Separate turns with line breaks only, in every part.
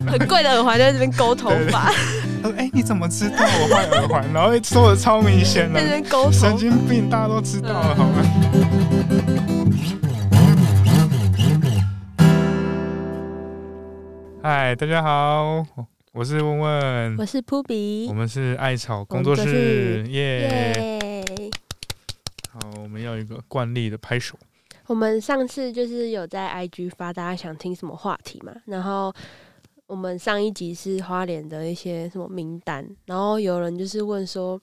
很贵的耳环就在这边勾头发，
他说：“哎、你怎么知道
嗯
我换耳环？”然后说的超明显
在这
的，
边勾头
神
发。
经病，大家都知道了，好吗？嗨，大家好，我是问问，
我是扑鼻
我，们是艾草工作
我们就
室，耶、
耶！
好，我们要一个惯例的拍手，
我们上次就是有在 IG 发大家想听什么话题嘛，然后我们上一集是花莲的一些什么名单，然后有人就是问说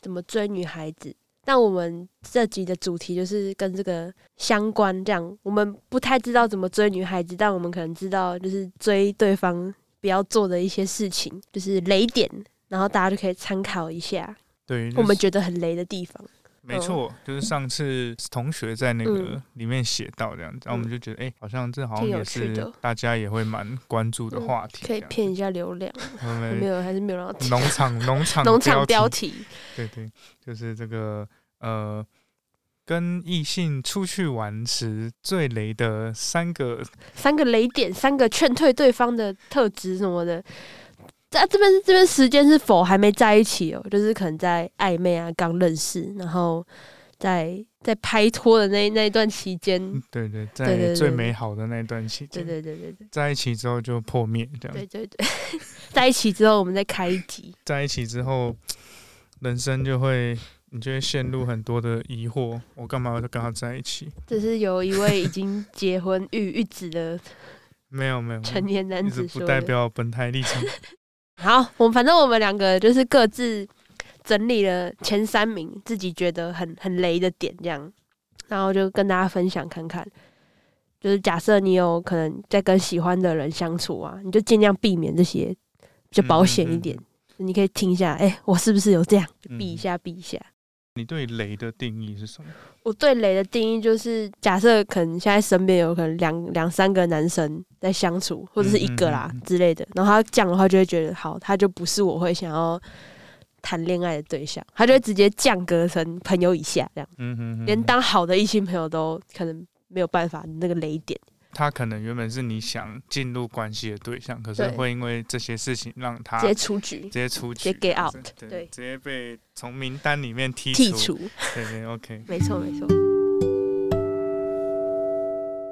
怎么追女孩子，但我们这集的主题就是跟这个相关，这样我们不太知道怎么追女孩子，但我们可能知道就是追对方不要做的一些事情，就是雷点，然后大家就可以参考一下
对，
我们
就是
觉得很雷的地方。
没错，就是上次同学在那个
嗯
里面写到这样子，然后我们就觉得，哎、好像这好像
挺有
也
趣
是
的嗯
大家也会蛮关注的话题
可
这
以
样子，
骗一下流量，
我们
没有还是没有人要听。
农场农场
农场标
题，
题，
对对，就是这个呃，跟异性出去玩时最雷的三个，
三个雷点，三个劝退对方的特质什么的。在、啊、这边这边时间是否还没在一起哦？就是可能在暧昧啊，刚认识，然后在在拍拖的那那一段期间，
对对，
对对
在
对
最
对
美好的那段期
对
间，
对对对对
在一起之后就破灭，这样
对对 对，在一起之后我们再开一集，
在一起之后，人生就会你就会陷入很多的疑惑，我干嘛要跟他在一起？
这是有一位已经结婚育育子的
没有没有，
成年男
一
子
直
说
嗯不代
的。
表本台立场。
好，我们反正我们两个就是各自整理了前三名自己觉得很很雷的点，这样，然后就跟大家分享看看。就是假设你有可能在跟喜欢的人相处啊，你就尽量避免这些，比较保险一点。
嗯
你可以听一下，哎、我是不是有这样？
嗯
避一下，避一下。
你对雷的定义是什么？
我对雷的定义就是，假设可能现在身边有可能两两三个男生在相处，或者是一个啦
嗯嗯嗯嗯
之类的，然后他降的话，就会觉得好，他就不是我会想要谈恋爱的对象，他就会直接降格成朋友以下这样，
嗯哼哼，
连当好的异性朋友都可能没有办法那个雷点。
他可能原本是你想进入关系的对象，可是
对
会因为这些事情让他
直接出局
啊直、接出
直
局，
接 get
这样子
out，
对，
对
直接被从名单里面剔
剔。除，
对对，OK。
没错没错。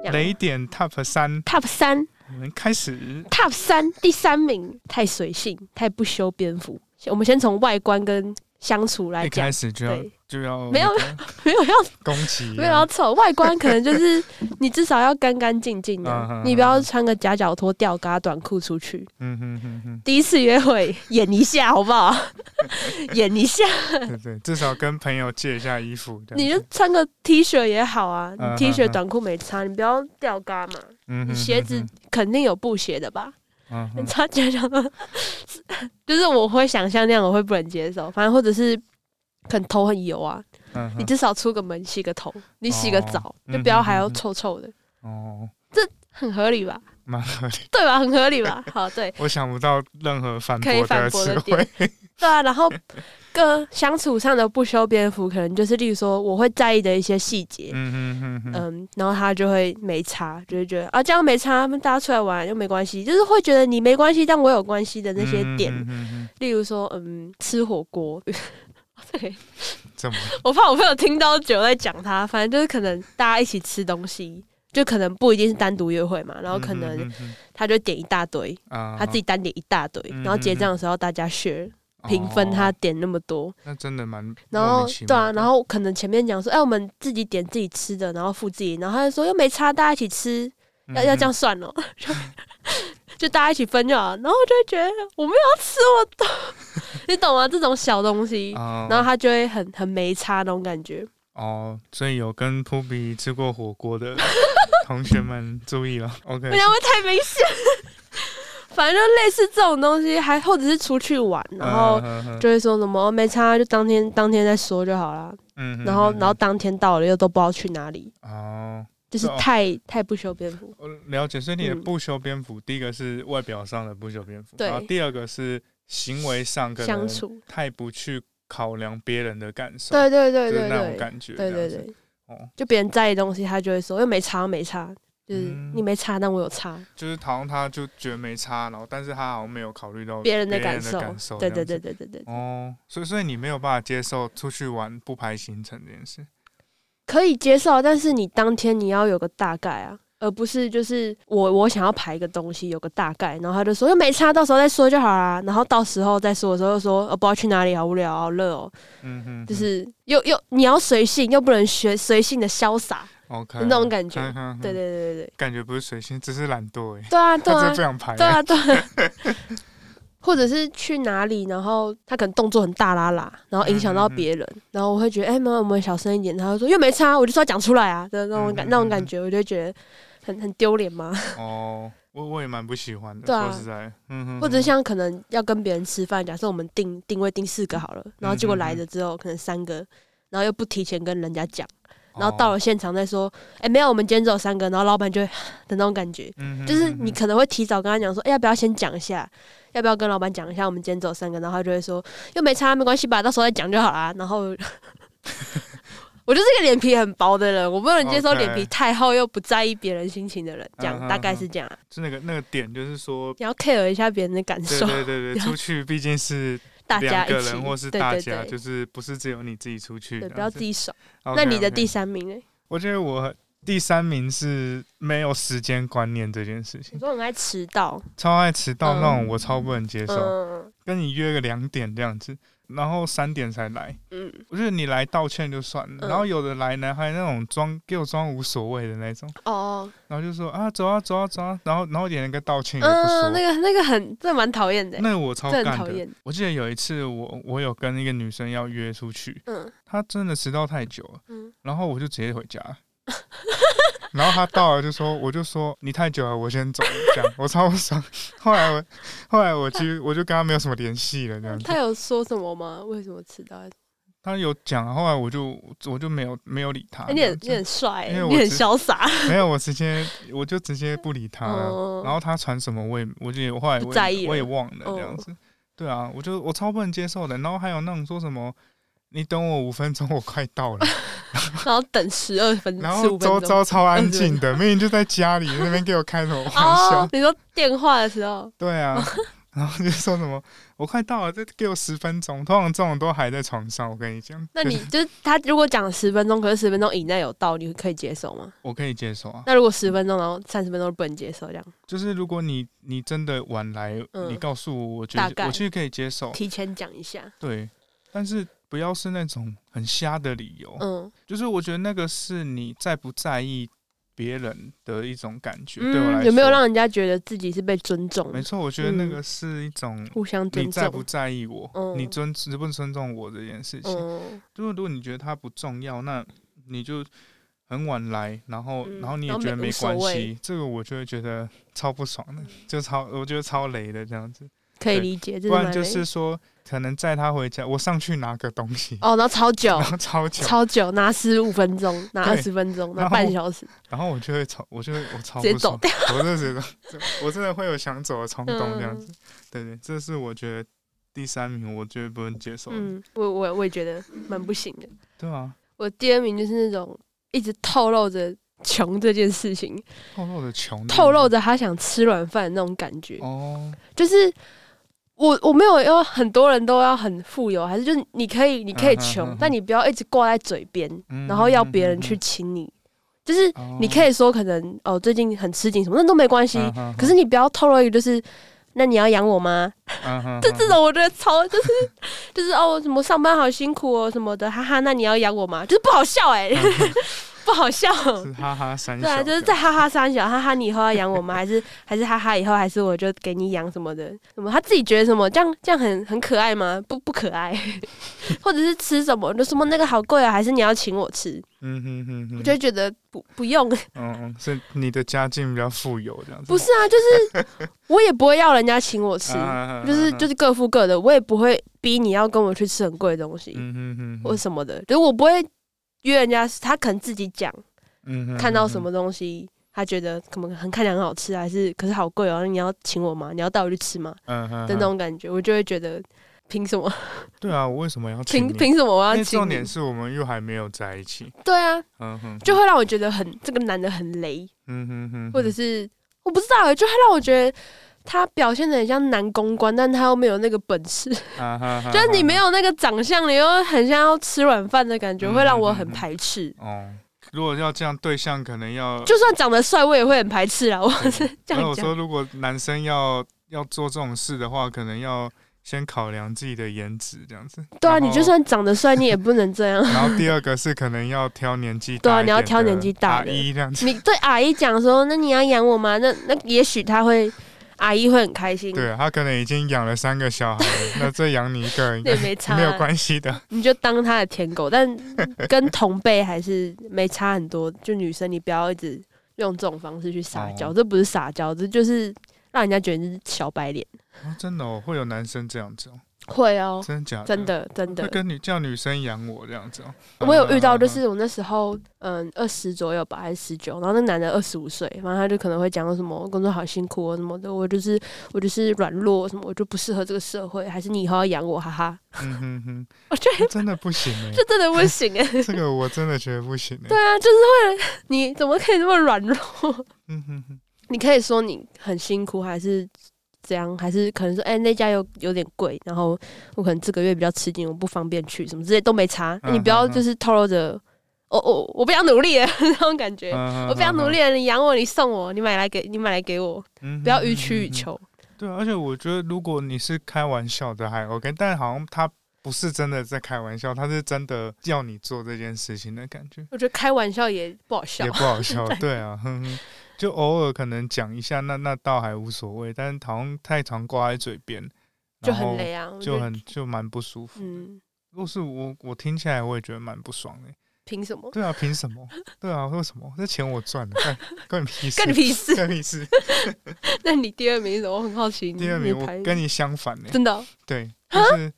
这样
雷点 Top 三，
Top 三
我们开始。
Top 三第三名，太随性，太不修边幅。我们先从外观跟相处来
一
讲
开，始就要
对
就要
没有
那个
没有要
攻击啊，
没有要丑，外观可能就是 你至少要干干净净
嗯哼
的
嗯，
你不要穿个夹脚拖、吊嘎短裤出去。
嗯哼哼哼，
第一次约会演一下好不 好？演一下，
对对，至少跟朋友借一下衣服这样子。
你就穿个 T 恤也好啊，
嗯
你 T 恤
嗯嗯
短裤没差，你不要吊嘎嘛。
嗯
你
哼
鞋
哼
子
哼
肯定有布鞋的吧？
嗯
你
哼
穿夹脚拖， 就是我会想象那样，我会不能接受。反正或者是可能头很油啊，
嗯
你
哼
至少出个门洗个头，你洗个
哦
澡，
嗯
就不要还要
嗯嗯嗯
臭臭的，
哦，
很合理吧？
蛮合理，
对吧？很合理 吧？好，对，
我想不到任何反
可以
驳
反
的
驳
词
的
汇
点。，对啊。然后各相处上的不修边幅，可能就是例如说我会在意的一些细节，
嗯哼哼哼，
嗯，然后他就会没差，就会觉得啊这样没差，大家出来玩又没关系，就是会觉得你没关系，但我有关系的那些点，
嗯哼哼
例如说嗯吃火锅。对，
哼怎么
我怕我朋友听到久在讲他，反正就是可能大家一起吃东西，就可能不一定是单独约会嘛，然后可能
嗯哼哼
他就点一大堆，
哼啊
他自己单点一大堆，
嗯
然后结账的时候大家 share 平分他
哦
点那么多，
那真的蛮
然后
莫名其
对啊，
妙的
然后可能前面讲说，哎，我们自己点自己吃的，然后付自己，然后他就说又没差，大家一起吃，
嗯
要要这样，算了， 就就大家一起分就好，然后我就会觉得我没有要吃我懂， 你懂吗？这种小东西，
然
然后他就会很很没差那种感觉，
哦，所以有跟扑比吃过火 锅的同学们注意了，OK，
不然会太明显。 反正就类似这种东西，还或者是出去玩，啊然后
嗯哼哼
就会说什么、哦没差，就当天当天再说就好啦。
嗯哼
然后，
哼
然后当天到了又都不知道去哪里，
哦，
就是
是哦
太、太不修边幅。
我哦了解，所以你的
嗯
不修边幅，第一个是外表上的不修边幅，
对
然后第二个是行为上可
相
能
处。
太不去考量别人的感受，
对对对
就是
对
那种
对，
感觉，
对对
这样子
对，
哦，
哦就别人在意的东西，他就会说又没差没差，就是
嗯
你没差，但我有差，
就是好像他就觉得没差，然后但是他好像没有考虑到
别人的
的
感受，
感受
对
这
对
样
对
子
对对对，
哦，所以所以你没有办法接受出去玩不排行程这件事。
可以接受，但是你当天你要有个大概啊，而不是就是我我想要排一个东西有个大概，然后他就说又哎没差，到时候再说就好啦。然后到时候再说的时候又说呃不知道去哪里，好无聊，好热哦，
嗯哼，
就是又又你要随性，又不能学随性的潇洒，
哼 OK
那种感觉
嗯哼哼
对对对对对，
感觉不是随性，只是懒惰哎、欸。
对啊 对
他真
啊
的不想排、欸。
对啊对啊。 或者是去哪里，然后他可能动作很大啦啦，然后影
嗯
响到别人，然后我会觉得，哎、妈妈，我们小声一点。他会说又没差，我就说要讲出来啊的那种感、
嗯嗯嗯
那种感觉，我就觉得很很丢脸嘛。
哦，我我也蛮不喜欢的，
对啊
说实在，嗯哼，
或者像可能要跟别人吃饭，假设我们定定位定四个好了，然后结果来了之后可能三个，然后又不提前跟人家讲，然后到
了，
了现场再说，哎、没有，我们今天只有三个，然后老板就会 的那种感觉，
嗯哼
就是
嗯哼
你可能会提早跟他讲说，哎、要不要先讲一下，要不要跟老板讲一下，我们今天只有三个，然后他就会说又没差，没关系吧，到时候再讲就好啦。然后 我就是一个脸皮很薄的人，我不能接受
OK
脸皮太厚又不在意别人心情的人，这
嗯哼
样大概是这样啊，
就那个那个点，就 是说，
你要 care 一下别人的感
对
受，
对对对，出去毕竟是
大家
两
一
个
起
人或是，
对
大
对
家，
对
就。是不是只有你自己出去，
对，
这
不要
样子
自。己爽。
OK，
那你的
OK
第，三名呢？
我觉得我第三名是没有时间观念这件事
你
情，
说很爱迟到，
超爱迟到那种，
嗯
我超不能接受。
嗯
跟你约个两点这样子，然后三点才来，
嗯，
我觉得你来道歉就算了，
嗯
然后有的来呢还那种装给我装无所谓的那种。
哦，
然后就说啊，走啊，走啊，走啊，然后然后连一个道歉也不说，
嗯，那个那个很，这蛮讨厌的欸，
那我超
这很
干
讨
的。
厌，
我记得有一次我我有跟一个女生要约出去，
嗯
她真的迟到太久了，
嗯，
然后我就直接回家，然后她到了就说，我就说你太久了，我先走了，这样我超不爽。后来我后来我去我就跟她没有什么联系了，这样子
他。有说什么吗？为什么迟到？
啊她有讲，后来我就我就没有没有理她
哎，
这
你很
样
你
子，
很帅欸，
因为我
你很
只
潇洒，
没有我直接我就直接不理她了。
嗯
然后他传什么我也，我就也后来
不
我
在
也
意
我也
了哦
忘了这样子。对啊，我就我超不能接受的。然后还有那种说什么，你等我五分钟，我快到了。
然后等十二分
然
嗯十
后
五分
周
钟。嗯
遭超安静的，明明就在家里那边给我开什么玩笑
哦。，你说电话的时候，
对啊，然后就说什么我快到了，再给我十分钟。通常这种都还在床上，我跟你讲。
那
就
你
是
就是他如果讲十分钟，可是十分钟以内有到，你可以接受吗？
我可以接受啊，
那如果十分钟，然后三十分钟不能接受，这样
就是如果你你真的晚来，
嗯
你告诉我，我觉
大
得
概
我其实可以接受。啊
提前讲一下，
对，但是不要是那种很瞎的理由。
嗯，
就是我觉得那个是你在不在意别人的一种感觉，对我
嗯，
来说
有没有让？人家觉得自己是被尊重的
没？错，我觉得那
嗯
个是一种
互相
你
尊
在不
重。
在意我，
嗯
你尊尊不尊重我这件事情。
嗯，
就是如果你觉得它不重要，那你就很晚来，然后、
嗯
然后你也
然后
觉得
没
没
无所
关系
谓，嗯
这个我就会觉得超不爽的，就超我觉得超雷的这样子。
可以
对
理解，这是
不然
蛮
就
累
是说，可能载他回家，我上去拿个东西，
哦，然后超久
然，后 超久，
超久，拿十五分钟，拿
对
二十分钟，
然
拿
后
半小时，
然后我就会超，我就会我超
直
不
接走
爽，我就觉得我真的会有想走的冲动这样
嗯
子。对对，这是我觉得第三名，我绝对不能接受的。
嗯，我我我也觉得蛮不行的。
对啊，
我第二名就是那种一直透露着穷这件事情，
透露的穷，
透露着他想吃软饭的那种感觉，
哦，
就是。我我没有要很多人都要很富有，还是就是你可以你可以
嗯嗯
穷，
嗯嗯
但你不要一直挂在嘴边，
嗯
然后要别人去，请你。就是
嗯
你可以说可能哦最近很吃紧什么，那都没关系。可是
你
你不要透露一个就是，那你要养我吗？
这
这种我觉得超就是就是哦，什么上班好辛苦哦什么的，哈哈，那你要养我吗？就是不好笑哎、 不好笑。
嗯 是哈哈三小
对
这
啊，
样，
就是在哈哈三小，哈哈，你以后要养我吗？还是还是哈哈，以后还是我就给你养什么的？什么他自己觉得什么这样这样很很可爱吗？不不可爱， 或者是吃什么就什么那个好贵啊，还是你要请我吃？
嗯哼哼哼，
我就觉得不不用，
嗯嗯，是你的家境比较富有这样 子，
不是啊，就是 我也不会要人家请我吃，
啊，，
就是就是是各付各的，我也不会逼你要跟我去吃很贵的东西。
嗯哼哼，
或什么的，就是我不会约人家，他可能自己讲，
嗯
看到什么东西，他觉得可能很看起来很好吃，还是可是好贵哦，你要请我吗？你要带我去吃吗？
嗯哼
的那种感觉，我就会觉得凭什么？
对啊，我为什么要请
凭
你？
凭什么我
因
要
为
请
重
你？
点是我们又还没有在一起。
对啊，
嗯哼，
就会让我觉得很这个男的很雷，
嗯哼哼，
或者是我不知道欸，就会让我觉得他表现的很像男公关，但他又没有那个本事，
啊哈哈
就是你没
有
有那个长相，你又很像要吃软饭的感觉，
嗯
会让我很排斥。
哦。如果要这样，对象可能要
就算长得帅，我也会很排斥啊！我 是这
然后
样
我
讲，
说，如果男生要要做这种事的话，可能要先考量自己的颜值这 样子。
对啊，
然后
你就算长得帅，你也不能这 样。
然后第二个是可能要挑年纪
对啊
大一
你要
点
挑年
的
纪大
阿
的
姨这样子。
你对阿姨讲说，那你要养我吗？那那也许他会，阿姨会很开心，
对啊他可能已经养了三个小孩了，那再养你一个 应
那也
该
没差啊，
没有关系的。
你就当他的舔狗， 但跟同辈还是没差很多。就女生，你不要一直用这种方式去撒娇，
哦
这不是撒娇，这就是让人家觉得你是小白脸。
哦真的、哦、会有男生这样子哦，
会哦，
真的假的？
真的真
会
的。
跟女叫女生养我这样子哦。
我有遇到，就
嗯
是我那时候，嗯，二十左右吧，还是十九，然后那男的二十五岁，然后他就可能会讲什么工作好辛苦哦什么的，我就是我就是软弱什么，我就不适合这个社会，还是你以后要养我，哈哈，
嗯哼哼，
我觉得
那真的不行哎、
这真的不行哎、
这个我真的觉得不行哎、
对啊，就是会， 你怎么可以那么软弱？
嗯哼哼，
你可以说你很辛苦，还是怎样，还是可能说，哎、那家有有点贵，然后我可能这个月比较吃紧，我不方便去，什么之类都没差。
嗯
你不要
嗯嗯
就是透露着，我我我不要努力了 那种感觉，
我
我不要努力，了，你养我，你送我，你买来给你买来给我，
啊嗯哼
不要予取予。
嗯哼哼
求。
对啊，而且我觉得如果你是开玩笑的还 OK，但好像他不是真的在开玩笑，他是真的叫你做这件事情的感觉，
我觉得开玩笑也不好笑
也，不好 笑。对啊，哼哼，就偶尔可能讲一下，那那倒还无所谓，但好像太常挂在嘴边，
就
然后
很累啊，我觉
就
得
很就蛮不舒服。
嗯，
如果是我，我听起来我也觉得蛮不爽的、欸
凭什么？
对啊，凭什么？对啊，为什么？这钱我赚的，干关你屁事！
干你屁事！
干你屁事！
那你第二名是什么？我很好奇。你
第二名
你排
我跟你相反欸呢、
真的哦
对，就是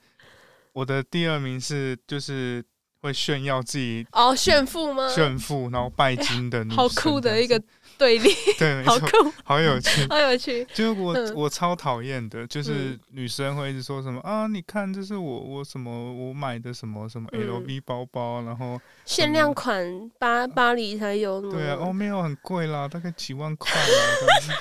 我的第二名是就是会炫耀自己
哦，炫富吗？
炫富，然后拜金的女生，
哎好酷的一
这
个
样子，
对立，
对， 没
好
错，
酷，
好有 趣。
好有趣。
就是我
嗯
我超讨厌的，就是
嗯
女生会一直说什么啊，你看这是我我什么我买的什么什么
嗯
LV 包包，然后
限量款巴巴黎才有呢。
对啊，哦，没有很贵啦，大概几万块啊。这样子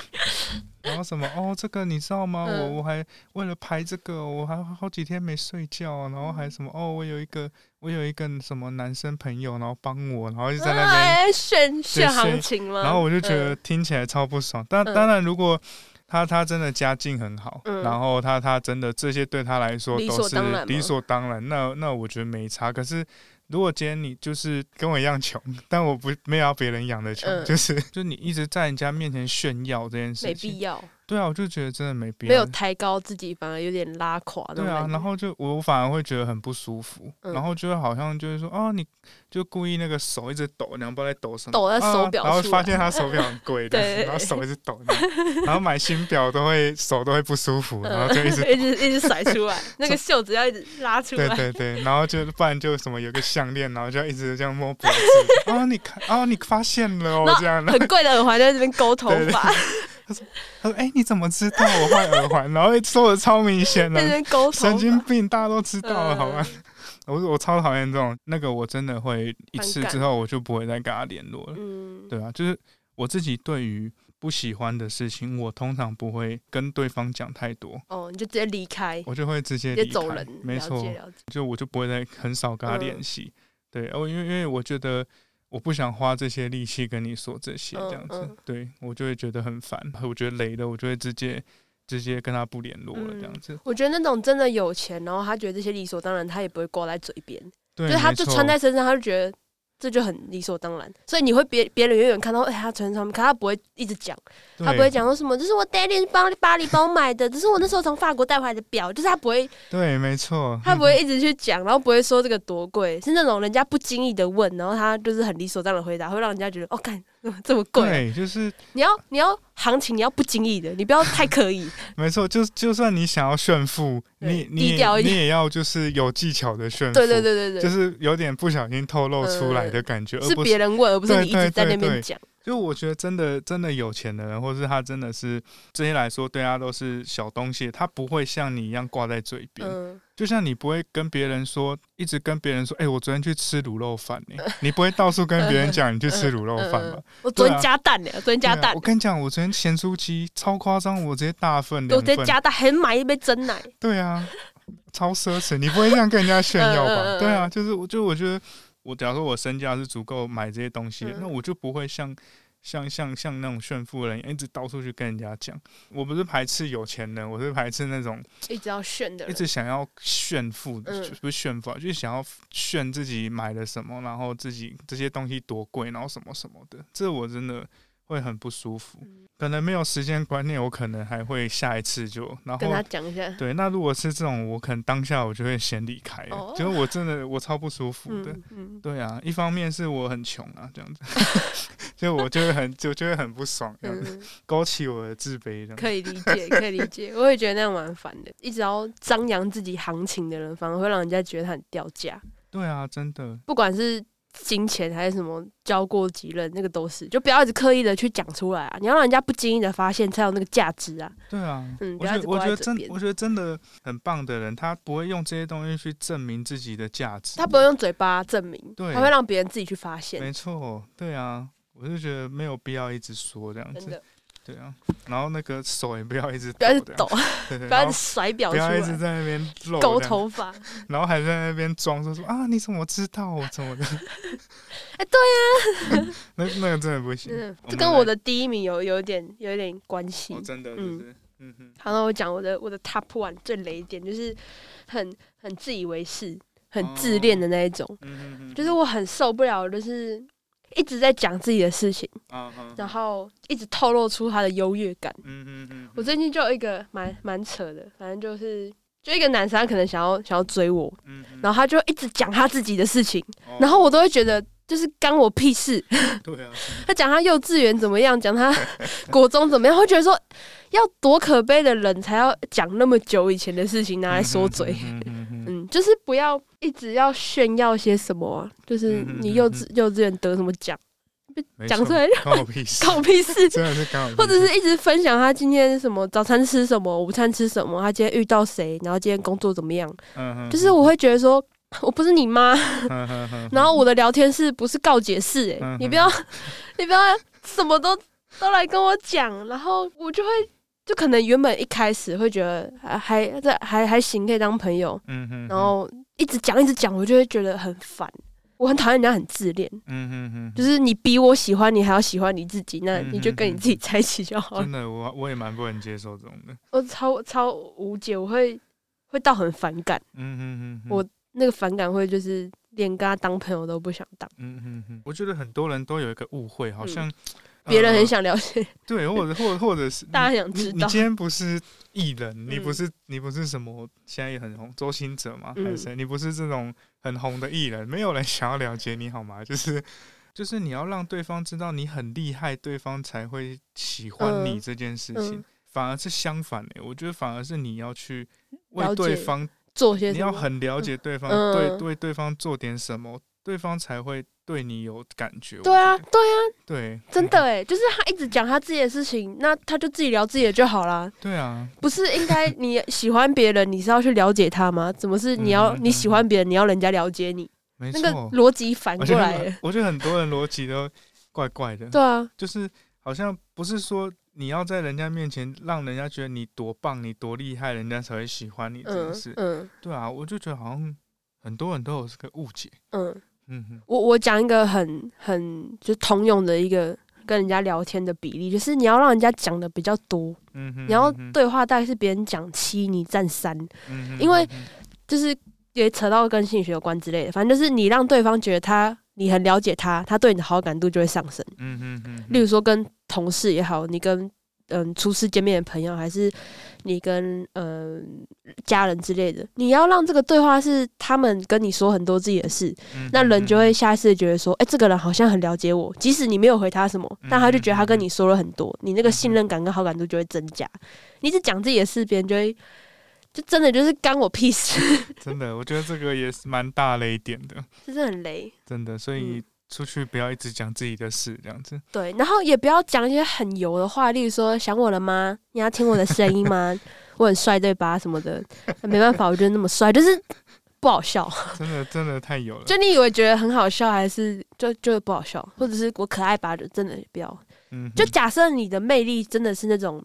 然后什么哦，这个你知道吗？
嗯
我我还为了拍这个，我还好几天没睡觉，然后还什么哦，我有一个我有一个什么男生朋友，然后帮我，然后就在那边，
哎炫
对
炫行情吗？
然后我就觉得听起来超不爽。但
嗯
当然，如果他他真的家境很好，
嗯
然后他他真的这些对他来说
理
都
所
是
当然吗
理所当然，那那我觉得没差。可是如果今天你就是跟我一样穷，但我不没有要别人养的穷，
嗯
就是 就你一直在人家面前炫耀这件
嗯
事
没
情
必，要，
对啊，我就觉得真的没必要。
没有抬高自己，反而有点拉垮那种
对
感觉。
啊，然后就我反而会觉得很不舒服，
嗯
然后就会好像就是说，哦，你就故意那个手一直抖，然后不知道在抖什么，
抖在手表
啊然后
出来
发现他手表很 贵的，
对
然后手一直抖，然后买新表都会手都会不舒服，然后就一直。
一直一直甩出 来，那个袖子要一直拉出
对
来。
对对，然后就不然就什么有个项链，然后就要一直这样摸脖子，啊你看啊你发现了哦
那
这样，然后
很贵的耳环在这边勾头
对对
发，
他说哎、你怎么知道我换耳环？然后说的超明显 的
在这，边勾头发。
神经病，大家都知道了，
嗯
好吧？我 我超讨厌这种，那个我真的会一
反
次
感
之后我就不会再跟他联络了，
嗯，
对啊，就是我自己对于不喜欢的事情，我通常不会跟对方讲太 多，
哦，你就直接离开，
我就会直
直
接
接
离开
走人。
没
了
错
解，了解。
就我就不会再很少跟他联系。对，
嗯
哦，因为因为我觉得我不想花这些力气跟你说这些
嗯
这样子，
嗯
对我就会觉得很烦，我觉得累的，我就会直接直接跟他不联络了这样子。
我觉得那种真的有钱，然后他觉得这些理所当然，他也不会挂在嘴边。
对，
就是他
没
就
错
穿在身上，他就觉得这就很理所当然，所以你会别别人远远看到，哎、他穿上，可他不会一直讲，他不会
对
讲说什么，这是我 daddy 帮巴黎帮我买的，这是我那时候从法国带回来的表，就是他不会，
对，没错，
他不会一直去讲，然后不会说这个多贵，是那种人家不经意的问，然后他就是很理所当然地回答，会让人家觉得哦，干怎么这么贵啊、
对，就是
你要你要行情，你要不经意的，你不要太刻意，
没错，就就算你想要炫富，
对
你
低
你也
调一
你
点
也要就是有技巧的炫富，
对对对对对。
就是有点不小心透露出来的感觉，而
是
不
别
是
人问，而不是
对
你一直
对
在那
对
边
对
讲。
就我觉得真的真的有钱的人，或是他真的是这些来说对他都是小东西，他不会像你一样挂在嘴边。
嗯，
就像你不会跟别人说，一直跟别人说，哎、我昨天去吃卤肉饭 呢、你不会到处跟别人讲你去吃卤肉饭吧？
嗯我昨天
对啊
加蛋呢，我昨天加
对啊
蛋
我，跟你讲，我昨天咸酥鸡超夸张，我直接大份
我
两
直接
份。
加蛋，还买一杯真奶。
对啊，超奢侈，你不会这样跟人家炫耀
嗯嗯嗯
吧？
嗯
对啊，就是我就我觉得，我假如说我身价是足够买这些东西的，
嗯
那我就不会像。像像像那种炫富人一直到处去跟人家讲，我不是排斥有钱人，我是排斥那种
一直要炫的
一
人，
直想要炫富，
嗯
就不是炫富啊，就是想要炫自己买了什么，然后自己这些东西多贵，然后什么什么的，这我真的会很不舒服。
嗯
可能没有时间观念，我可能还会下一次就，然
跟
后
他讲一下。
对，那如果是这种，我可能当下我就会先离开了，
哦
就是我真的我超不舒服的。
嗯嗯，
对啊，一方面是我很穷啊，这样子， 就我就会很就就会很不爽，这样子、
嗯，
勾起我的自卑这样。
可以理 解，可以理解。我也觉得那样蛮烦的，一直要张扬自己行情的人，反而会让人家觉得他很掉价。
对啊，真的，
不管是金钱还是什么，交过几任，那个都是，就不要一直刻意的去讲出来啊！你要让人家不经意的发现，才有那个价值啊。
对啊。
嗯不
我
要
觉
一直
得我
挂
觉
在
得
嘴
真
边
我觉得真的很棒的人，他不会用这些东西去证明自己的价值。
他不用用嘴巴证明，
对
他会让别人自己去发现
没。错，对啊，我就觉得没有必要一直说这样
真
子。
的，
对啊，然后那个手也不要一直
不要一直
抖这样
抖，
对对
不要一
然
直
后
甩表
不
出
要一直
来，
在那边露
勾
这样
头发。
然后还在那边装说说啊，你怎么知道我怎么的？
哎，对啊，
那那个真的不行，
嗯，
我
这
们
跟我
来
的第一名有有一点有一点关系
哦，。真的就是，嗯哼，
好，那我讲我的我的 top one 最雷一点就是很很自以为是、很自恋的那一种，
嗯哼哼，
就是我很受不了，就是一直在讲自己的事情，
啊，啊
然，后一直透露出他的优越感。
嗯哼哼，
我最近就有一个蛮蛮扯的，反正就是就一个男生，他可能想要想要追我，
嗯哼，
然后他就一直讲他自己的事情，
哦
然后我都会觉得。就是干我屁事！
对啊，
他讲他幼稚园怎么样，讲 他国中怎么样，会觉得说要多可悲的人才要讲那么久以前的事情拿来说嘴。
嗯哼哼，嗯
嗯，就是不要一直要炫耀些什么啊、就是
嗯嗯
你
嗯
幼
嗯
稚幼稚园得什么奖，
没
讲
错
出来就
关我 屁事，。
搞屁事
真的是刚好，
或者是一直分享他今天什么早餐吃什么，午餐吃什么，他今天遇到谁，然后今天工作怎么样，
嗯哼，
就是 我会觉得说。我不是你妈，
嗯哼哼，
然后我的聊天室不是告解室、欸，
嗯
你不要， 你不要什么都都来跟我讲，然后我就会，就可能原本一开始会觉得还还这还还行，可以当朋友，
嗯哼，
然，后一直讲一直讲，我就会觉得很烦。我很讨厌人家很自恋，
嗯哼哼，
就是你比我喜欢你还要喜欢你自己，那
嗯
你就跟你自己在一起就好了。
真的，我我也蛮不能接受这种的，
我超超无解，我会会到很反感，
嗯哼哼哼，
我那个反感会就是连跟他当朋友都不想当。
嗯哼哼，我觉得很多人都有一个误会，好像
嗯别人
呃
很想了解，
对，或者或或者是
大家想知
你你
道。
今天不是艺人，你不
嗯
是、你不是什么现在也很红，周星哲吗？还
嗯
是谁？你不是这种很红的艺人，没有人 想要了解你好吗？就是就是你要让对方知道你很厉害，对方才会喜欢你
嗯
这件事情。
嗯，
反而是相反的、我觉得反而是你要去
了
为
解
对方，
做些
你
什
要
么？
很了解对方，
嗯
对为对方做点什么，对方才会对你有感觉。我
对啊，
觉得，
对啊，
对，啊
真的哎，就是他一直讲他自己的事情，那他就自己聊自己的就好啦。
对啊，
不是应 该你喜欢别人，你是要去了解他吗？怎么是你要
嗯嗯嗯
你喜欢别人，你要人家了解你？
没
那
错。
个逻辑反
我
啊过
觉得
来
很
了。
我觉得很多人逻辑都怪怪的，
对啊，
就是好像不是说你要在人家面前让人家觉得你多棒、你多厉害，人家才会喜欢你这件
嗯
事。
嗯
对啊，我就觉得好像很多人都有这个误解。
嗯，
嗯哼，
我我讲一个很很就通用的一个跟人家聊天的比例，就是你要让人家讲的比较多，
嗯哼，
你要
嗯哼，
对话大概是别人讲七，你占三，
嗯哼
因为
嗯哼
就是也扯到跟心理学有关之类的，反正就是你让对方觉得他你很了解他，他对你的好感度就会上升。
嗯哼嗯哼，
例如说跟同事也好，你跟嗯初次见面的朋友，还是你跟嗯家人之类的，你要让这个对话是他们跟你说很多自己的事，
嗯哼
那人就会，下意识地觉得说，哎、这个人好像很了解我，即使你没有回他什么，但他就觉得他
嗯
跟你说了很多，你那个信任感跟好感度就会增加。你只讲自己的事，别人就会。就真的就是干我屁事，
嗯真的，我觉得这个也是蛮大的一点的，
就是很雷。
真的，所
嗯
以。出去不要一直讲自己的事，这样子。
对，然后也不要讲一些很油的话，例如说想我了吗？你要听我的声音吗？我很帅对吧什么的，没办法，我就是那么帅，就是不好笑。
真的真的太有了。
就你以为觉得很好笑，还是就就不好笑，或者是我可爱吧，就真的不要。
嗯哼，
就假设你的魅力真的是那种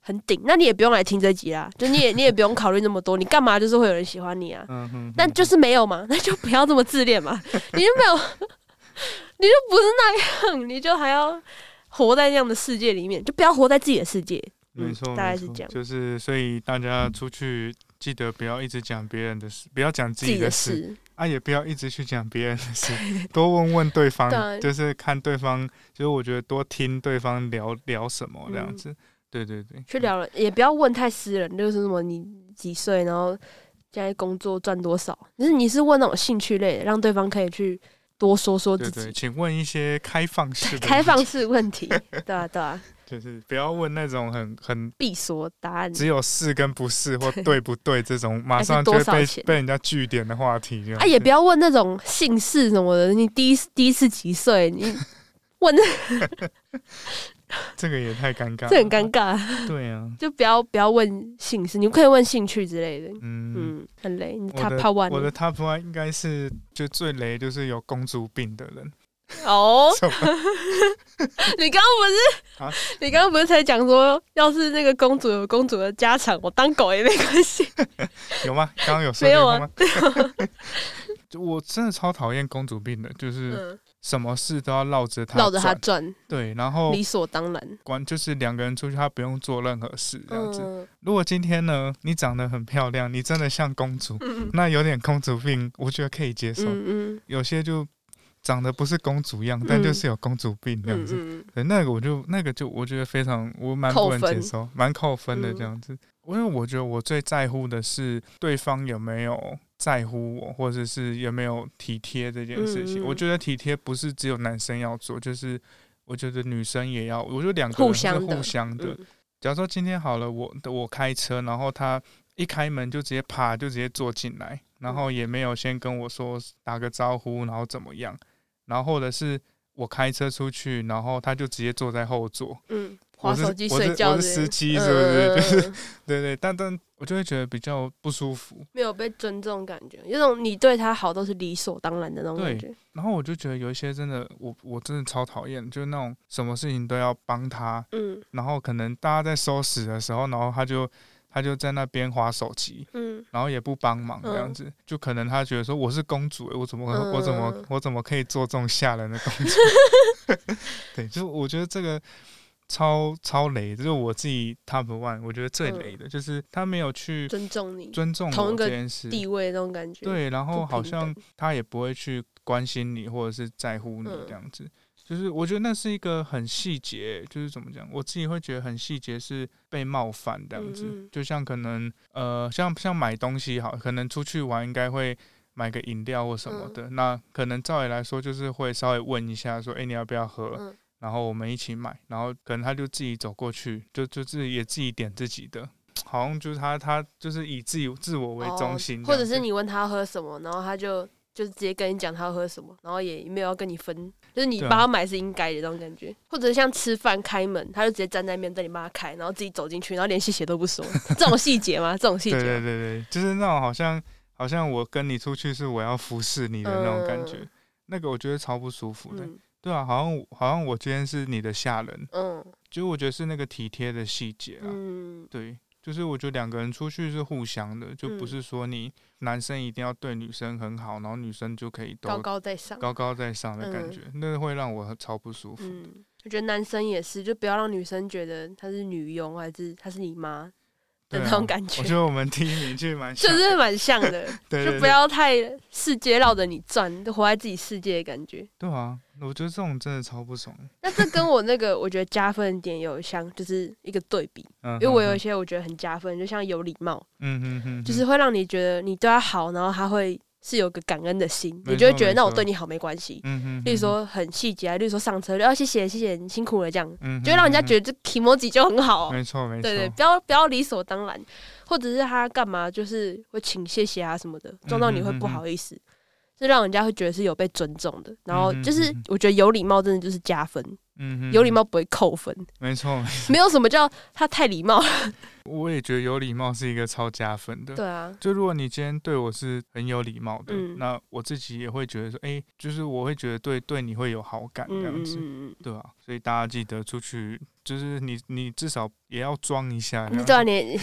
很顶，那你也不用来听这集啦，就你也你也不用考虑那么多，你干嘛就是会有人喜欢你啊？
嗯哼，
但就是没有嘛，那 就不要这么自恋 嘛，你就没有，你就不是那样，你就还要活在那样的世界里面，就不要活在自己的世界。
没错，
嗯大概
没
是
错
这样
就是所以大家出去记得不要一直讲别人的事，不要讲自
自
己
己
的
的
事，
事，
啊，也不要一直去讲别 人的事，多问问对方，
对
就是看对方，就是我觉得多听对方聊聊什么这样子。对对对，
嗯去聊了，也不要问太私人，就是什么你几岁，然后现在工作赚多少，就是你是问那种兴趣类的，让对方可以去多说说
对
自
对，
己，
请问一些开放式的，
开放，式问题， 对啊对啊，
就是不要问那种很很
必说答案，
只有是跟不是或对不对这种，马
还是
上就
多
会
少
被
钱
被人家据点的话题这样
啊
子。
也不要问那种姓氏什么的，你第一第一次几岁， 你
啊
问那
这个也太尴尬，
这很尴。尬，
对啊，
就不要不要问姓氏，你可以问兴趣之类的，
嗯。
嗯，很累，你
我
怕
的
怕忘
我的 top one 应该是就最雷，就是有公主病的人。
哦，
什么
你刚刚
啊
不是， 你刚刚不是才讲说，要是那个公主有公主的家产，我当狗也没关系。
有吗？刚刚有说
没
这
有
个
啊
吗？ 就我真的超讨厌公主病的，就是
嗯，
什么事都要绕着她
绕着他
转。哦
转，
对，然后
理所当然。
关就是两个人出去，她不用做任何事这样子。
嗯，
如果今天呢，你长得很漂亮，你真的像公主，
嗯
那有点公主病，我觉得可以接受。
嗯嗯
有些就长得不是公主样，但就是有公主病这样
嗯
子。
嗯，
对，那个我就那个就我觉得非常我蛮
扣
不能接
分
受，蛮扣分的
嗯
这样子。因为我觉得我最在乎的是对方有没有在乎我，或者是有没有体贴这件事情。我
嗯嗯
觉得体贴不是只有男生要做，就是我觉得女生也要，我觉得两个
互
人是
相
互
的
相的。
嗯
假如说今天好了，我我开车，然后他一开门就直接啪就直接坐进来，然后也没有先跟我说打个招呼，然后怎么样，然后或者是我开车出去，然后他就直接坐在后座，
嗯，
我
划
是
手机
我是
睡觉
我
的
是司机是不是？
嗯
就是
嗯嗯
对对，但但我就会觉得比较不舒服，
没有被尊重感觉，有种你对他好都是理所当然的那种感觉。
然后我就觉得有一些真的我我真的超讨厌，就是那种什么事情都要帮他，
嗯
然后可能大家在收拾的时候，然后他就他就在那边划手机，
嗯，
然后也不帮忙这样
嗯
子，就可能他觉得说我是公主、欸，我怎么、我怎么
嗯
我怎么可以做这种吓人的公主？ 对，就我觉得这个超超雷，这是我自己 top one，我觉得最雷的、就是他没有去
尊重你
尊重
嗯同
我
一个
这件事，
地位那种感觉。，
对，然后
不
好
平
像
等
他也不会去关心你或者是在乎你
嗯
这样子。就是我觉得那是一个很细节，就是怎么讲，我自己会觉得很细节是被冒犯这样子。
嗯嗯
就像可能呃，像像买东西好，可能出去玩应该会买个饮料或什么
嗯
的，那可能照理来说就是会稍微问一下说，哎、你要不要喝？
嗯
然后我们一起买，然后可能他就自己走过去，就就自己也自己点自己的，好像就是他他就是以自己自我为中心、
哦
这
或
样
者
子
是你问他要喝什么，然后他就就直接跟你讲他要喝什么，然后也没有要跟你分，就是你
对啊
帮他买是应该的那种感觉。或者像吃饭开门，他就直接站在那边等你帮他开，然后自己走进去，然后连谢谢都不 说，这种细节吗？这种细节
对
吗，
对对对，就是那种好像好像我跟你出去是我要服侍你的那种感觉，
嗯
那个我觉得超不舒服的。
嗯
对啊，好像我好像我今天是你的下人，
嗯
就我觉得是那个体贴的细节啊。
嗯
对，就是我觉得两个人出去是互相的，就不
嗯
是说你男生一定要对女生很好，然后女生就可以都
高高在上。
高高在上的感
嗯
觉，那会让我超不舒服。
嗯，我觉得男生也是，就不要让女生觉得她是女佣，还是她是你妈的
对
那
啊
种感觉，
我觉得我们第一名其实蛮
就
像
是
的
蛮像的。
对对
就不
对
要太世界绕着你转，就活在自己世界的感觉。
对啊，我觉得这种真的超不爽。
那这跟我那个我觉得加分的点有像，就是一个对比，
嗯，
因为我有一
哼
些我觉得很加分，就像有礼貌，
嗯嗯嗯，
就是会让你觉得你对他好，然后他会是有个感恩的心，
没
你就会
错
觉得
没
那我
错
对你好没关系。
嗯哼，
例如
嗯哼，
说很细节啊，例如说上车就要、啊、谢谢谢谢你辛苦了这样，
嗯哼，
就会让人家觉
得
得这 emoji 就很好、哦。
没错没错，
对对，不要不要理所当
嗯
然，或者是他干嘛就是会请谢谢啊什么的，撞到你会不好意思，是让人家会觉得是有被尊重的。然后
嗯哼
就是
嗯哼
我觉得有礼貌真的就是加分，
嗯哼，
有礼貌不会扣分，
没错，
没有什么叫他太礼貌了。
我也觉得有礼貌是一个超加分的。
对啊，
就如果你今天对我是很有礼貌的，
嗯
那我自己也会觉得说，哎、就是我会觉得对对你会有好感这
嗯
样
嗯
子，
嗯嗯。
对啊，所以大家记得出去，就是你你至少也要装一下这样
你
子，
对啊，你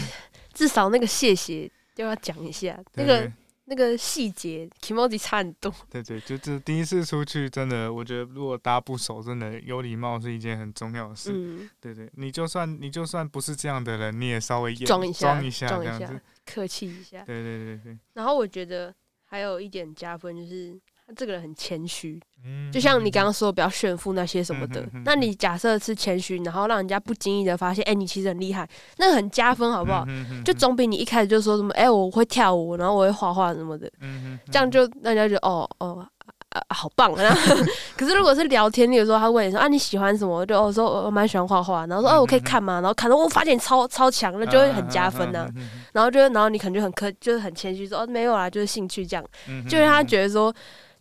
至少那个谢谢就要讲一下，那
对
个那个细节 k i m o j i 差很多。
对对，就这第一次出去，真的，我觉得如果大家不熟，真的有礼貌是一件很重要的事。
嗯，
对对，你就算你就算不是这样的人，你也稍微演
装一下，
装一下这样子。
客气一下。
对对对对，
然后我觉得还有一点加分就是。他这个人很谦虚，
嗯
就像你刚刚说不要炫富那些什么
嗯
的
哼哼。
那你假设是谦虚，然后让人家不经意的发现，哎，你其实很厉害，那很加分，好不好？
嗯哼哼
就总比你一开始就说什么，哎，我会跳舞，然后我会画画什么的，
嗯哼哼
这样就让人家觉得哦哦啊啊好棒啊！ 然后可是如果是聊天，例如说他问你说啊你喜欢什么，我就我说我我蛮喜欢画画，然后说
嗯
哦我可以
嗯嗯
看吗？然后看到我发现你超超强，那就会很加分呐、啊
嗯哼哼
然后就然后你可能就很客，就是很谦虚说哦没有啦，就是兴趣这样，
嗯哼哼
就让他觉得说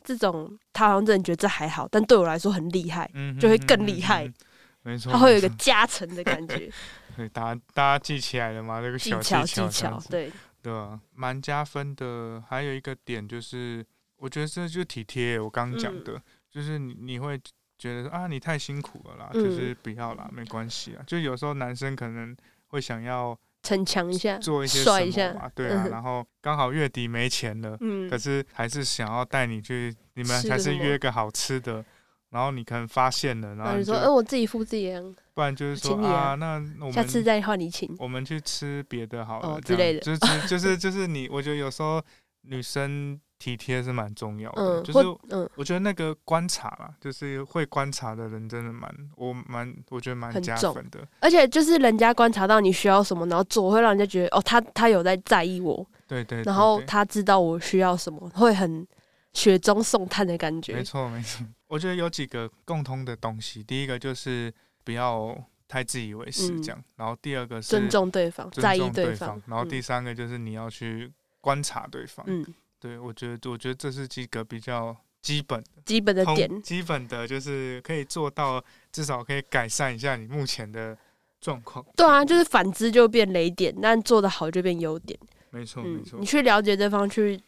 这种他好像真的觉得这还好，但对我来说很厉害，就会更厉害。
嗯哼哼嗯哼哼没错，
他会有一个
没错
加成的感觉，
对大家大家记起来了吗？这个
技
小
巧
技
技
这样
巧
子，
对，
对啊，蛮加分的。还有一个点就是，我觉得这就体贴。我刚刚讲
嗯
的，就是你你会觉得说啊，你太辛苦了啦，就是不要啦，没关系啊。就有时候男生可能会想要
逞强一下，
做一些
帅一
什么
下
嘛，对啊
嗯，
然后刚好月底没钱了，
嗯
可，是还是想要带你去，你们
吃
还
个
是
什么
约个好吃的。然后你可能发现了，然
然后
后你
你
就
说嗯我自己付自己养，
不然就是说
请你啊
那那我们
下次再换你请，
我们去吃别的好了，
哦之
这
类
样就是就是就是你，我觉得有时候女生体贴是蛮重要的，
嗯，
哦就
或
是
嗯
我觉得那个观察啦，就是会观察的人真的蛮我蛮我觉得蛮
很
加
重
分的，
而且就是人家观察到你需要什么，然后做会让人家觉得哦，他他有在在意我，
对对对
然后
对
他知道我需要什么，会很雪中送炭的感觉
没。错没错，我觉得有几个共通的东西，第一个就是不要太自以为是
嗯
这样，然后第二个是
尊重对方，在
尊
意
重对
方，
然后第
嗯
三个就是你要去观察对方，
嗯，
对我觉得我觉得这是几个比较基本。
基本的
通
点，
基本的就是可以做到，至少可以改善一下你目前的状况。
对啊，就是反之就变雷点，但做得好就变优点。
没错，没
嗯，
错
你，去了解对方，去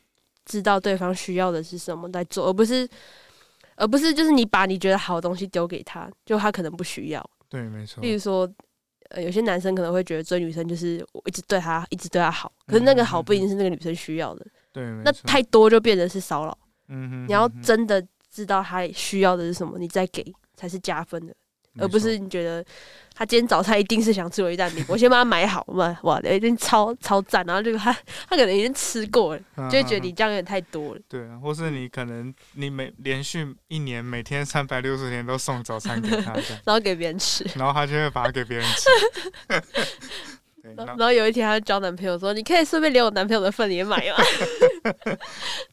知道对方需要的是什么在做，而不是。而不是就是你把你觉得好的东西丢给他，就他可能不需要。
对，没错
例。如说，呃，有些男生可能会觉得追女生就是我一直对她，一直对她好，可是那
嗯
个好不一定是那个女生需要的，
对，没
那
错，
太多就变得是骚扰。
嗯哼，
你要
嗯哼，
真的知道她需要的是什么，你再给才是加分的，
没
而不
错
是你觉得她今天早餐一定是想吃我意大利面，我先帮她买好嘛，哇，已经超超赞，然后这个她她可能已经吃过了，就会觉得你
嗯嗯嗯
这样有点太多了。
对啊，或是你可能你每连续一年每天三百六十天都送早餐给他，这样
然后给别人吃，
然后他就会把它给别人吃。 对，
然后
然后
然后有一天她就交男朋友说：“你可以顺便连我男朋友的份也买哦嘛。。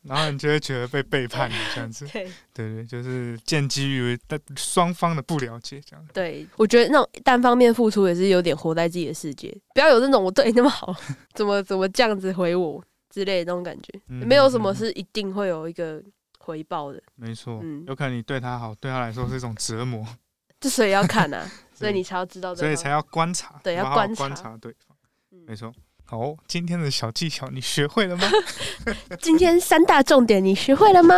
然后你就会觉得被背叛了，这样子
对”
对对，就是建基于但双方的不了解，这样。
对，我觉得那种单方面付出也是有点活在自己的世界，不要有那种我对你那么好， 怎么怎么这样子回我之类的那种感觉，
嗯
没有什么
嗯嗯
是一定会有一个回报的，
没错，
嗯
有可能你对他好，对他来说是一种折磨。
这所以要看 啊，所以
对
你才要知道
所
对
以
方
才要观察，
对要
好好
观
观
察
对方，没
嗯
错。好，今天的小技巧你学会了吗？
今天三大重点你学会了 吗？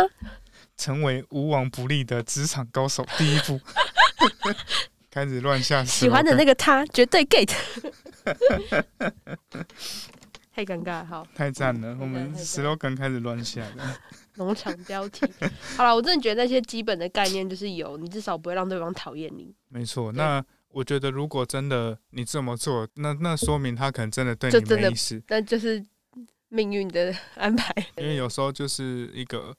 成为无往不利的职场高手，第一 步，开始乱下
喜欢的
slogan
那个他绝对 get。太尴尬了，好，
太赞了，我
太
们
赞
slogan 开始乱下了。
农场标题。好了，我真的觉得那些基本的概念就是有，你至少不会让对方讨厌你，
没错，那我觉得如果真的你这么做，那那说明他可能真的对
就
你
真的
没意思，
那就是命运的安排。
因为有时候就是一个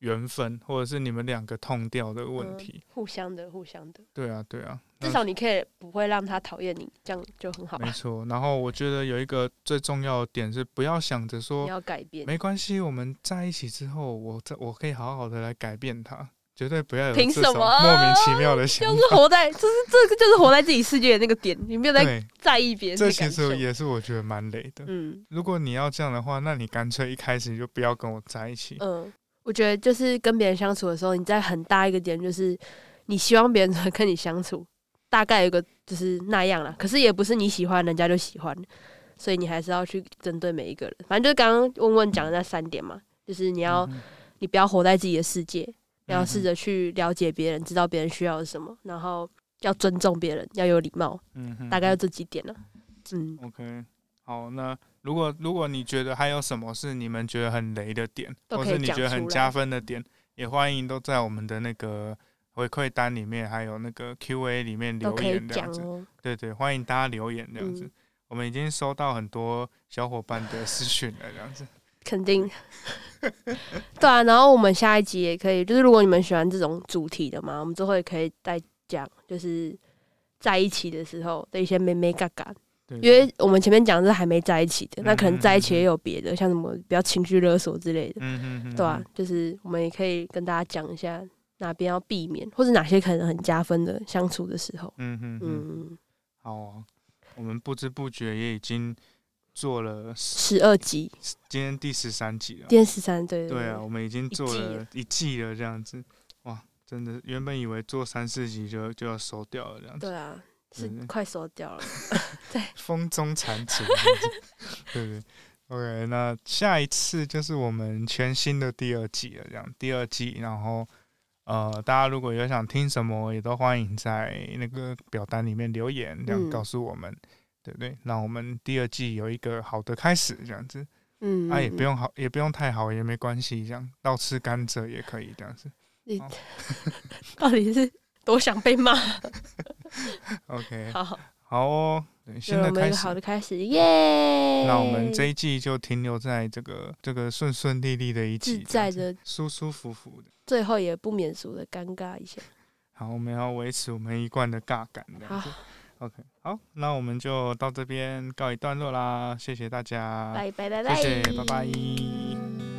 缘分，或者是你们两个痛掉的问题。
互相的，互相的，
对啊，对啊，
嗯
那
至少你可以不会让他讨厌你，这样就很好。
没错。然后我觉得有一个最重要的点是，不要想着说
你要改变，
没关系，我们在一起之后，我再我可以好好的来改变他，绝对不要有
凭
这
什
种
么
莫名其妙的想
就是
法。
活在，就是这个就是活在自己世界的那个点，你没有在
对，
在意别人的
这
感
其
受
实。也是我觉得蛮累的。
嗯
如果你要这样的话，那你干脆一开始就不要跟我在一起。
嗯，我觉得就是跟别人相处的时候，你在很大一个点就是你希望别人跟你相处，大概有一个就是那样啦。可是也不是你喜欢人家就喜欢，所以你还是要去针对每一个人。反正就是刚刚温温讲的那三点嘛，就是你要、
嗯
你不要活在自己的世界，你要试
嗯
着去了解别人，知道别人需要的是什么，然后要尊重别人，要有礼貌，
嗯哼，
大概就这几点了。嗯，
OK，好，那如果如果你觉得还有什么是你们觉得很雷的点，
都
或
可以
是你
讲
觉得
出
很
来
加分的点，也欢迎都在我们的那个回馈单里面，还有那个 Q&A 里面
都
留
可以
言这
讲
样子。
哦。
对对，欢迎大家留言这样子。
嗯
我们已经收到很多小伙伴的私讯了，这样子。
肯定。 对啊，然后我们下一集也可以，就是如果你们喜欢这种主题的嘛，我们之后也可以再讲，就是在一起的时候的一些妹妹嘎嘎。
对，
因为我们前面讲的是还没在一起的，
嗯
那可能在一起也有别的，像什么比较情绪勒索之类的，
嗯哼哼，
对啊，就是我们也可以跟大家讲一下哪边要避免，或者哪些可能很加分的相处的时候。
嗯哼哼，
嗯，
好哦、我们不知不觉也已经做了十
十二集，
今天第十三集了。
今天十三，对
对啊，我们已经
季
做
了
了一季了，这样子，哇，真的，原本以为做三四集就就要收掉了，这样子，
对啊，是
对对
快收掉 了。
风中残 烛，这样子对不对？OK，那下一次就是我们全新的第二季了，这样第二季，然后呃，大家如果有想听什么，也都欢迎在那个表单里面留言，
嗯
这样告诉我们，对不对？那我们第二季有一个好的开始，这样子，
嗯，
啊，也不
嗯
用好，也不用太好，也没关系，这样倒吃甘蔗也可以，这样子。哦
到底是多想被 骂？
OK，
好，
好哦，对
有
哎新
了
的
我们一
开
个
始
好。的哎开始，耶！
那我们这一季就停留在这个这个顺顺利利的一
自
季，这
在
样子
的
舒舒服服的。
最后也不免俗的尴尬一下。
好，我们要维持我们一贯的尬感这样
好
子。OK，好，那我们就到这边告一段落啦，谢谢大家，
拜拜拜拜，
谢谢，拜拜。